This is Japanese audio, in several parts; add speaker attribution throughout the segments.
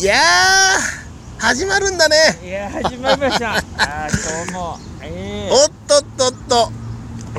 Speaker 1: いやー始まるんだね
Speaker 2: いやー始まりましたあーどうもええ
Speaker 1: おっとっとっと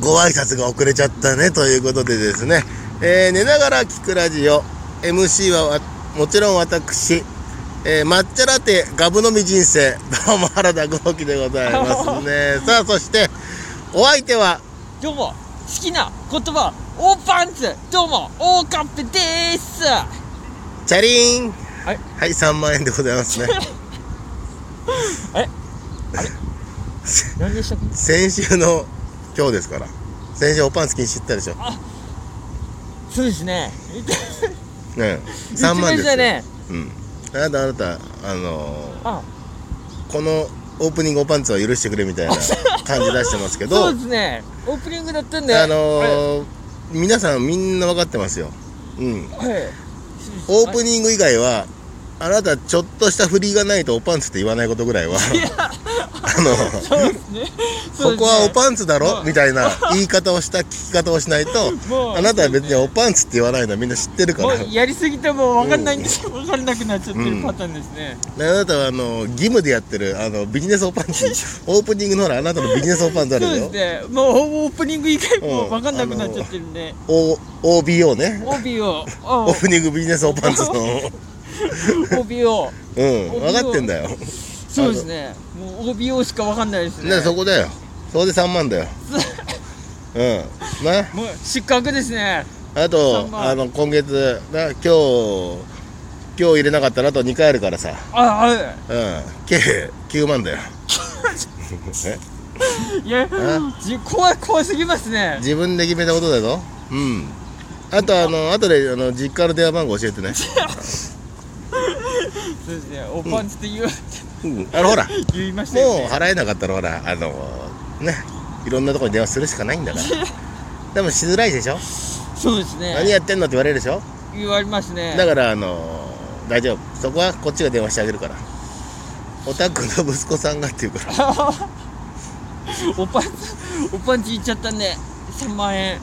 Speaker 1: ご挨拶が遅れちゃったねということでですね、えー寝ながら聞くラジオ MC はわもちろん私、えー抹茶ラテガブ飲み人生どうも原田豪輝でございますねさあそしてお相手は
Speaker 2: どうも好きな言葉オーパンツどうもオーカップでーす
Speaker 1: チャリーン
Speaker 2: はい
Speaker 1: はい3万円でございますね
Speaker 2: 何でしたっけ
Speaker 1: 先週の今日ですから先週おパンツ禁止って言ったでしょ
Speaker 2: そうですね
Speaker 1: ね3万です
Speaker 2: だ
Speaker 1: よ、
Speaker 2: ね
Speaker 1: うん、あなたあなたあのー
Speaker 2: あ
Speaker 1: このオープニングおパンツは許してくれみ たいな感じ出してますけど
Speaker 2: そ
Speaker 1: あ
Speaker 2: うですねオープニングだったんであ
Speaker 1: のー皆さんみんな分かってますよ、うん、
Speaker 2: はいはい
Speaker 1: オープニング以外はあなたちょっとした振りがないとおパンツって言わないことぐらいはあの
Speaker 2: そうですね
Speaker 1: ここはお
Speaker 2: ン
Speaker 1: パンツだ
Speaker 2: う
Speaker 1: ろ
Speaker 2: ん
Speaker 1: みたいな言い方をした聞き方をしないと
Speaker 2: もう
Speaker 1: あなたは別におパンツって言わないのはみんな知ってるから
Speaker 2: もうやりすぎてもう分かんないんです分からなくなっちゃって
Speaker 1: うん
Speaker 2: るパターンですね、
Speaker 1: であなたはあの義務でやってるあのビジネスオーパンツ オープニングのほらあなたのビジネスオーパンツある
Speaker 2: そう
Speaker 1: でしょ
Speaker 2: ですねもうオープニング以外も
Speaker 1: うん
Speaker 2: 分かんなくなっちゃってるんで、
Speaker 1: O- OBO ね
Speaker 2: 帯を
Speaker 1: オープニングビジネスオーパン ツの
Speaker 2: うん帯を
Speaker 1: うん分かってんだよ
Speaker 2: そうですね。もう OBO しかわかんないですね。
Speaker 1: ねそこだよそこで3万 だようんな
Speaker 2: もう失格ですね。
Speaker 1: あと
Speaker 2: 3万
Speaker 1: あの今月な今日今日入れなかったらあと2回あるからさ
Speaker 2: あ、
Speaker 1: うん計9万だよえ
Speaker 2: あ、 いや
Speaker 1: あ、
Speaker 2: じ怖い怖すぎますね。
Speaker 1: 自分で決めたことだぞうんあとあの後であの実家の電話番号教え てね
Speaker 2: そうですね。おパンツって言う、
Speaker 1: うんあのほらも
Speaker 2: 言いましたよ
Speaker 1: う
Speaker 2: ね。
Speaker 1: 払えなかったらほらあのねいろんなとこに電話するしかないんだ からでもしづらいでしょ
Speaker 2: そうです
Speaker 1: 何
Speaker 2: ね。
Speaker 1: やってんのって言われるでしょ
Speaker 2: 言われますね。
Speaker 1: だからあの大丈夫そこはこっちが電話してあげるからおたくの息子さんがっていうから
Speaker 2: おパンツ、おパンツ言っちゃったんで、3万円。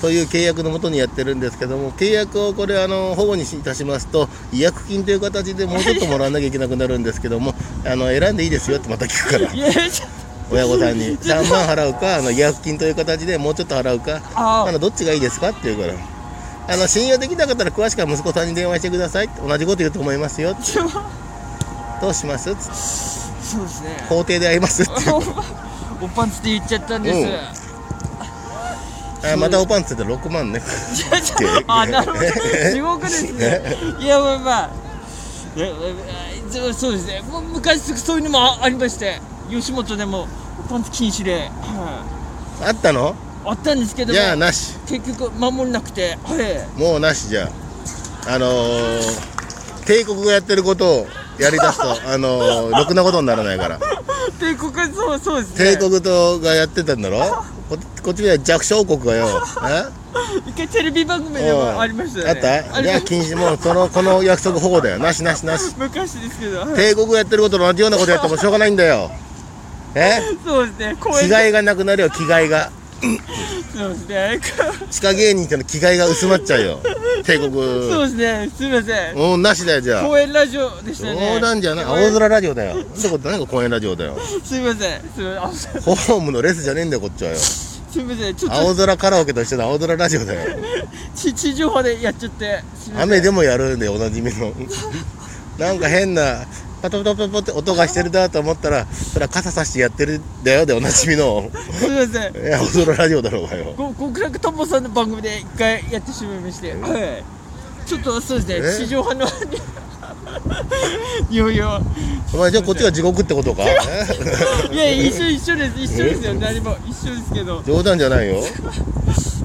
Speaker 1: という契約のもとにやってるんですけども契約をこれあの保護にいたしますと違約金という形でもうちょっともらわなきゃいけなくなるんですけどもあの選んでいいですよってまた聞く から
Speaker 2: いや、ちょ
Speaker 1: 親御さんに3万払うかあの違約金という形でもうちょっと払うか
Speaker 2: あ
Speaker 1: あのどっちがいいですかって言うからあの信用できなかったら詳しくは息子さんに電話してください同じこと言うと思いますよ
Speaker 2: ちょ
Speaker 1: どうしますつって
Speaker 2: そうですね。
Speaker 1: 法廷で会いますって
Speaker 2: おパンツって言っちゃったんです。
Speaker 1: うん
Speaker 2: いや
Speaker 1: あまたおパンツって言ったら6万ね
Speaker 2: ちょ あ、なるほど。地獄ですね。いや、まあまあ。いやそうそうですね、もう昔そういうのもあありまして、吉本でもパンツ禁止で、は
Speaker 1: あったの
Speaker 2: い、あったんですけど
Speaker 1: じゃあ
Speaker 2: も、
Speaker 1: なし
Speaker 2: 結局守れなくて、 はい、
Speaker 1: もうなしじゃああのー、帝国がやってることをやりだす とあのー、ろくなことにならないから
Speaker 2: 帝国はそうそうです
Speaker 1: 帝
Speaker 2: ね、
Speaker 1: 国とがやってたんだろここっちは弱小国がよえ
Speaker 2: 一回テレビ番組で
Speaker 1: うん
Speaker 2: もありまし
Speaker 1: あ
Speaker 2: たよ
Speaker 1: っ
Speaker 2: ね、
Speaker 1: た
Speaker 2: り
Speaker 1: じゃ
Speaker 2: ま
Speaker 1: あ禁止もうそのこの約束保護だよなしなしなし
Speaker 2: 昔ですけど、はい、
Speaker 1: 帝国がやってることと同じようなことやってもしょうがないんだよえ
Speaker 2: そうですね、公
Speaker 1: 着
Speaker 2: 園
Speaker 1: 替えがなくなるよ着替えが
Speaker 2: そうですね、
Speaker 1: 地下芸人っての着替えが薄まっちゃうよ帝国
Speaker 2: そうですね、すみません、
Speaker 1: もうなしだよじゃあ
Speaker 2: 公園ラジオでしたよね、
Speaker 1: 冗談じゃない
Speaker 2: 公園
Speaker 1: 青空ラジオだよなんてことないか公園ラジオだよ
Speaker 2: すみません、すみませんあ、
Speaker 1: ホームのレスじゃねえんだよこっちはよ
Speaker 2: すみません、ちょっと
Speaker 1: 青空カラオケと一緒だ青空ラジオだよ
Speaker 2: 地地上波でやっちゃって、すみません
Speaker 1: 雨でもやるんでおなじみのなんか変なパトパトパトって音がしてるなと思ったらそれは傘さしてやってるんだよでおなじみの
Speaker 2: すみません。
Speaker 1: いや青空ラジオだろうがよ
Speaker 2: ご極楽ともさんの番組で一回やってしまいまして、はい、ちょっとそうですね
Speaker 1: え
Speaker 2: 地上波の いよいよ
Speaker 1: お前じゃあこっちが地獄ってことか
Speaker 2: いや一緒一緒です一緒ですよ何も一緒ですけど
Speaker 1: 冗談じゃないよ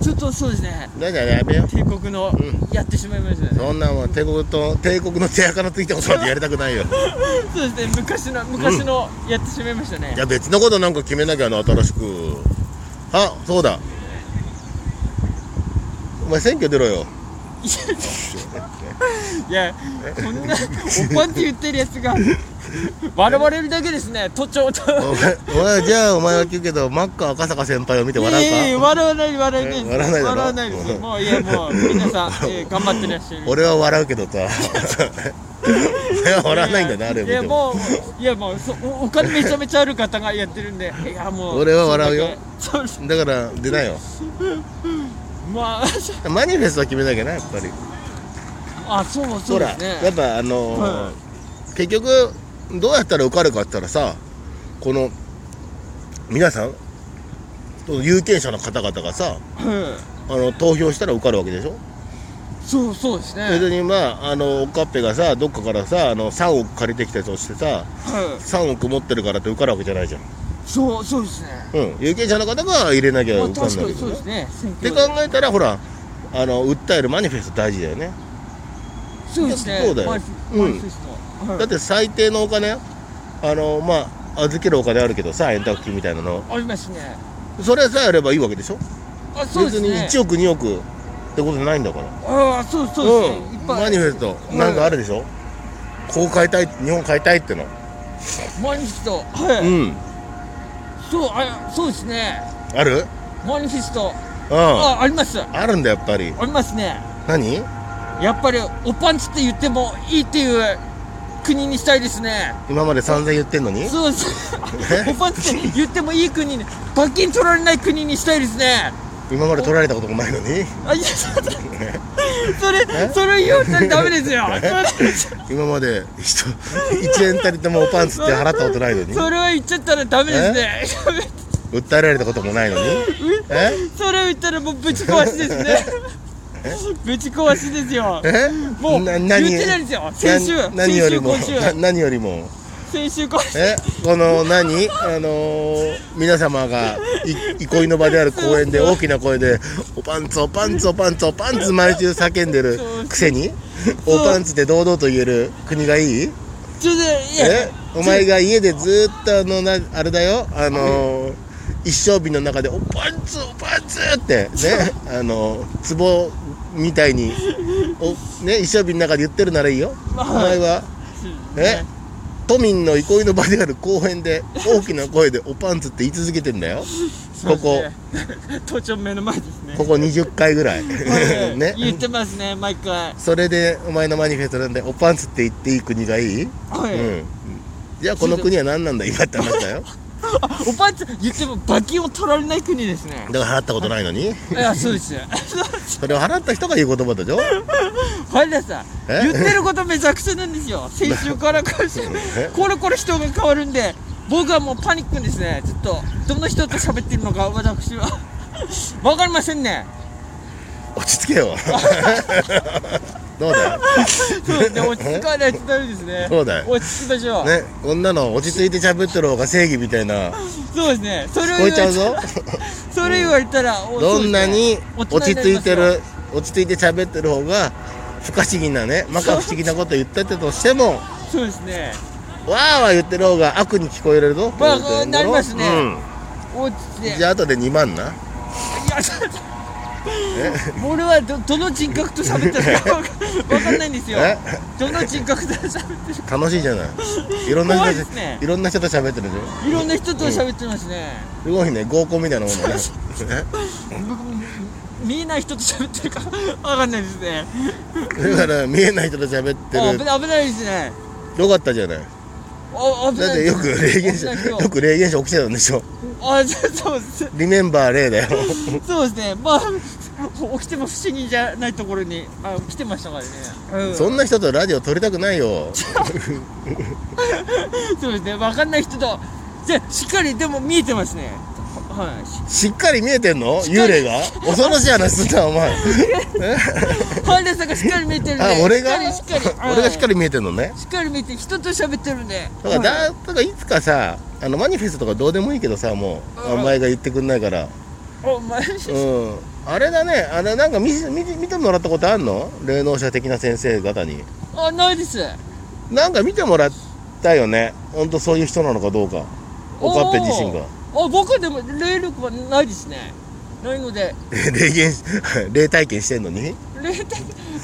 Speaker 2: ちょっとそうですね
Speaker 1: だじゃあやめよ
Speaker 2: 帝国の
Speaker 1: う
Speaker 2: やってしまいましたね、
Speaker 1: そんなんは帝国と帝国の手垢のついたことなんてやりたくないよ
Speaker 2: そうですね昔の昔のやってしまいましたね
Speaker 1: じ、ゃあ別のことなんか決めなきゃな新しくあそうだお前選挙出ろよ
Speaker 2: いやこんなおパンって言ってるやつ が笑われるだけですね都庁と
Speaker 1: お前お前じゃあお前は言うけどマッカー赤坂先輩を見て笑うか、
Speaker 2: いやいや笑わない笑わない
Speaker 1: え笑わないだろ
Speaker 2: 笑わないですよ もういやもう皆さん、えー頑張ってらっしゃる
Speaker 1: 俺は笑うけどさ笑わないんだなあれ見
Speaker 2: い
Speaker 1: て
Speaker 2: や
Speaker 1: も
Speaker 2: もういやもうそおお金めちゃめちゃある方がやってる んでいやもう
Speaker 1: 俺は笑うよ
Speaker 2: それだけそう
Speaker 1: だから出ないよ
Speaker 2: まあ
Speaker 1: マニフェストは決めなきゃなやっぱり
Speaker 2: あそうそ
Speaker 1: ほ
Speaker 2: うで
Speaker 1: ら
Speaker 2: すね
Speaker 1: やっぱあのー
Speaker 2: はい
Speaker 1: 結局どうやったら受かるかって言ったらさこの皆さん有権者の方々がさ
Speaker 2: は
Speaker 1: あの投票したら受かるわけでしょ
Speaker 2: いそうそうですね
Speaker 1: 別にまああのおっかっぺがさどっかからさあの3億借りてきたとしてさ
Speaker 2: は
Speaker 1: 3億持ってるからって受かるわけじゃないじゃん、
Speaker 2: いそうそうですね
Speaker 1: うん、有権者の方が入れなきゃ
Speaker 2: まあ
Speaker 1: 受かん
Speaker 2: 確
Speaker 1: な
Speaker 2: か
Speaker 1: いけ
Speaker 2: にそ
Speaker 1: ど
Speaker 2: う
Speaker 1: ね
Speaker 2: ですね選
Speaker 1: って
Speaker 2: 挙
Speaker 1: 考えたらほらあの訴えるマニフェスト大事だよね
Speaker 2: そうですね
Speaker 1: そうだよ
Speaker 2: マニフ
Speaker 1: うん
Speaker 2: マニフェストはい
Speaker 1: だって最低のお金あのまあ預けるお金あるけどさ円卓金みたいなの
Speaker 2: ありますね
Speaker 1: それさえやればいいわけでしょ
Speaker 2: あそうですね
Speaker 1: 別に1億2億ってことないんだから
Speaker 2: ああそうそうですね、いっぱい
Speaker 1: マニフェストなんかあるでしょ、こう変えたい日本変えたいっての
Speaker 2: マニフェストはい、
Speaker 1: うん
Speaker 2: そうあそうですね
Speaker 1: あるうん
Speaker 2: マニフェスト
Speaker 1: あ
Speaker 2: あありますあ
Speaker 1: るんだやっぱり
Speaker 2: りますね
Speaker 1: 何
Speaker 2: やっぱりおパンチって言ってもいいっていう国にしたいですね
Speaker 1: 今まで散々言ってんのに
Speaker 2: そうですおパンチって言ってもいい国に罰金取られない国にしたいですね
Speaker 1: 今まで取られたこともないのに
Speaker 2: あいやちょっと待ってそれそれ言うたらダメで すよそれ
Speaker 1: 今まで 人一円たりともおパンツって払ったことないのに
Speaker 2: それは言っちゃったらダメですね
Speaker 1: 訴えられたこともないのにえ
Speaker 2: それを言ったらもうぶち壊しですねぶち壊しですよ
Speaker 1: え
Speaker 2: もう
Speaker 1: な
Speaker 2: 言ってないですよ先週
Speaker 1: な何よりも
Speaker 2: 先週今週
Speaker 1: な何よりも
Speaker 2: 先週これ
Speaker 1: えこの何あのー皆様がい憩いの場である公園で大きな声で「おパンツおパンツおパンツおパンツ」毎週叫んでるくせに「おパンツ」で堂々と言える国がいい
Speaker 2: ちょっといや
Speaker 1: えお前が家でずーっとあのなあれだよあのー一生日の中で「おパンツおパンツ」ってねあのー壺みたいにお、ね、一生日の中で言ってるならいいよお
Speaker 2: まあ
Speaker 1: 前はえ都民の憩いの場である公園で大きな声で「おパンツ」って言い続けてんだよここ
Speaker 2: 都庁目の前ですね
Speaker 1: ここ20回ぐらい
Speaker 2: は い
Speaker 1: ね
Speaker 2: 言ってますね毎回
Speaker 1: それでお前のマニフェストなんで「おパンツ」って言っていい国がいい、
Speaker 2: はい
Speaker 1: うんじゃあこの国は何なんだ今って話だよ
Speaker 2: あおばあちゃん言っても罰金を取られない国ですね
Speaker 1: だから払ったことないのに
Speaker 2: いやそうですよ
Speaker 1: それを払った人が言う言葉でしょ
Speaker 2: 原田さん
Speaker 1: え
Speaker 2: 言ってることめちゃくちゃなんで すよ先週から今週
Speaker 1: え
Speaker 2: これこれ人が変わるんで僕はもうパニックですねちょっとどの人と喋ってるのか私は わかりませんね
Speaker 1: 落ち着け よどうだよ
Speaker 2: そうですね落ち着かないとダメですね
Speaker 1: そうだよ
Speaker 2: 落ち着きましょう、
Speaker 1: ねこんなの落ち着いて喋ってる方が正義みたいな
Speaker 2: そうですねそれ
Speaker 1: 聞
Speaker 2: を言
Speaker 1: こ
Speaker 2: わ
Speaker 1: えち
Speaker 2: れた
Speaker 1: ゃ
Speaker 2: ら
Speaker 1: うぞ
Speaker 2: それ言われたら、お
Speaker 1: どんなに
Speaker 2: そう
Speaker 1: 落
Speaker 2: ですね
Speaker 1: ち着いて
Speaker 2: 大人になり
Speaker 1: る落ち着いて喋ってる方が不可思議なね摩訶不思議なこと言ってたとしても
Speaker 2: ますよそうですね
Speaker 1: わーわー言ってる方が悪に聞こえるぞ
Speaker 2: まあ
Speaker 1: ってことんだ
Speaker 2: な
Speaker 1: ろ
Speaker 2: りますね
Speaker 1: う
Speaker 2: 落ち着いて
Speaker 1: ん、じゃあ後で2万ない
Speaker 2: やちょっと俺はどどの人格と喋ってるかわかわかんないんですよ
Speaker 1: え
Speaker 2: どの人格と喋ってるか
Speaker 1: 楽しいじゃないいろんな
Speaker 2: 怖い
Speaker 1: 人
Speaker 2: で
Speaker 1: と、
Speaker 2: すね
Speaker 1: いろんな人と喋ってるでしょ
Speaker 2: いろんな人と喋ってますね、
Speaker 1: すごいね合コンみたいなもんだ ね
Speaker 2: 僕見えない人と喋ってるかわかんないですね
Speaker 1: だから見えない人と喋って
Speaker 2: あ
Speaker 1: る
Speaker 2: 危ない危ないですね
Speaker 1: よかったじゃない
Speaker 2: あ危
Speaker 1: だっ
Speaker 2: ない
Speaker 1: てよく霊現
Speaker 2: 危な
Speaker 1: 象
Speaker 2: い人
Speaker 1: よく霊現象起きてたんでしょ
Speaker 2: あそうです
Speaker 1: リメンバー霊だよ
Speaker 2: そうですねまあ起きても不思議じゃないところにあ来てましたからね、うん、
Speaker 1: そんな人とラジオ撮りたくない よ
Speaker 2: そうですねわかんない人とじゃあしっかりでも見えてますねはい
Speaker 1: しっかり見えてんの
Speaker 2: っか
Speaker 1: 幽
Speaker 2: り
Speaker 1: 霊が恐ろしい話すんなお前
Speaker 2: ハンダさんがしっかり見えてるんで。
Speaker 1: あ俺が
Speaker 2: しっかりしっかり。
Speaker 1: 俺がしっか
Speaker 2: り。
Speaker 1: り見えてんのね
Speaker 2: しっかり見て人と喋ってるんで。
Speaker 1: だから
Speaker 2: はい
Speaker 1: だだからいつかさあのマニフェストとかどうでもいいけどさもう
Speaker 2: うん
Speaker 1: お前が言ってくんないから
Speaker 2: お前。
Speaker 1: うんあれだねあれなんか見せ見て見てもらったことあんの霊能者的な先生方に
Speaker 2: あないです。
Speaker 1: なんか見てもらったよねほんとそういう人なのかどうかおかっぺ自身が
Speaker 2: おー。あ僕でも霊力はないですね。ないので
Speaker 1: 霊現 霊体験してんのに
Speaker 2: 霊的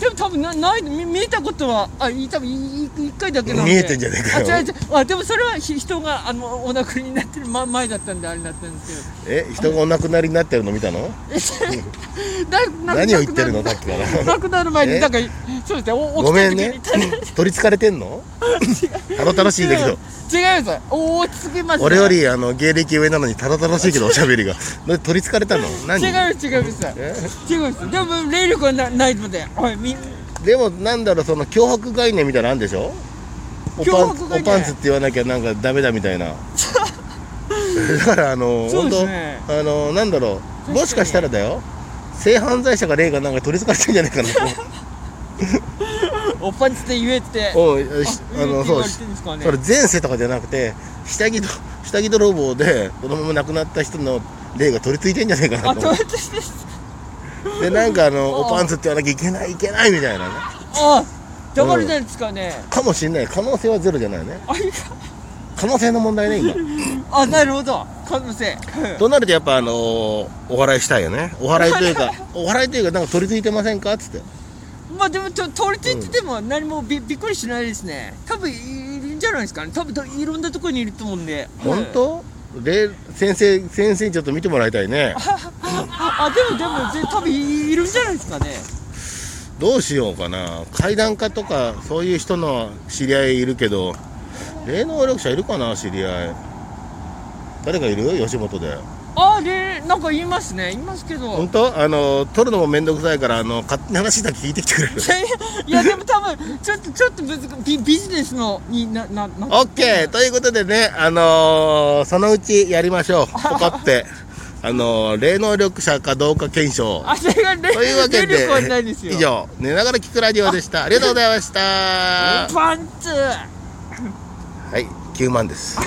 Speaker 2: でも多分なない見見えたことはあい多分いい一回だけなんで。
Speaker 1: 見えてんじゃねえかよ
Speaker 2: あ違う違うあでもそれはひ人があのお亡くなりになってるま前だったんであれだったんですけど。
Speaker 1: え人がお亡くなりになってるの見たの
Speaker 2: えそれだな
Speaker 1: 何を言ってるの
Speaker 2: な
Speaker 1: さっきから
Speaker 2: なくなる前
Speaker 1: え
Speaker 2: になんかそうですねお
Speaker 1: ごめん
Speaker 2: 起
Speaker 1: ね
Speaker 2: きた時に。
Speaker 1: 取りつかれてんのただただしいんだけど
Speaker 2: 違います落ち着きますね
Speaker 1: 俺よりあの芸歴上なのにただただしいけどおしゃべり がな取りつかれたの何
Speaker 2: 違います違います
Speaker 1: え
Speaker 2: 違いますでも霊力はなないのでおいみん
Speaker 1: でもなんだろうその脅迫概念みたいなのあるんでしょおパン
Speaker 2: 脅迫概念
Speaker 1: おパンツって言わなきゃなんかダメだみたいなだからあの
Speaker 2: そう
Speaker 1: 本
Speaker 2: で
Speaker 1: 当、
Speaker 2: すね
Speaker 1: あのなんだろ
Speaker 2: 確
Speaker 1: う
Speaker 2: かに
Speaker 1: もしかしたらだよ性犯罪者が霊がなんか取りつかれてんじゃないかな
Speaker 2: おパンツって言えって
Speaker 1: おうし
Speaker 2: あ
Speaker 1: あのそう
Speaker 2: 言えって言われてんですかね
Speaker 1: それ前世とかじゃなくて下着ど下着泥棒でこのまま亡くなった人の霊が取り付いてんじゃないかな
Speaker 2: あ
Speaker 1: と
Speaker 2: どう
Speaker 1: 思
Speaker 2: や
Speaker 1: っ
Speaker 2: ってです
Speaker 1: てでなんかあの
Speaker 2: おう
Speaker 1: おパンツって言わなきゃいけないいけないみたいなね
Speaker 2: あ黙るじゃないですかね
Speaker 1: かもしんない可能性はゼロじゃないよね
Speaker 2: あいや
Speaker 1: 可能性の問題ね今
Speaker 2: あなるほど可能性うん
Speaker 1: となるとやっぱあのーお祓いしたいよねお祓いというかお祓いというかなんか取り付いてませんかっつって
Speaker 2: まあでもちょ通りついてても何もびびっくりしないですね多分いるんじゃないですかね多分どいろんなところにいると思うんで
Speaker 1: 本当で先生先生にちょっと見てもらいたいね
Speaker 2: あでもでもぜ多分いいるんじゃないですかね
Speaker 1: どうしようかな階段家とかそういう人の知り合いいるけど霊能力者いるかな知り合い誰かいる吉本で
Speaker 2: あでなんか言いますね言いますけど
Speaker 1: 本当あの取るのも面倒くさいからあの勝手に話だけ聞いてきてくれる
Speaker 2: いやでも多分ちょっとちょっとむずビビジネスのにななな
Speaker 1: オッケーということでね、あのーそのうちやりま しょう。ポカって、あのー霊能力者かどうか検証。
Speaker 2: あそれがね
Speaker 1: というわけ
Speaker 2: 霊
Speaker 1: で
Speaker 2: 力はないです、よ
Speaker 1: 以上、寝ながら聞くラジオでした。ありがとうございました。は
Speaker 2: パンツ
Speaker 1: い、9万です。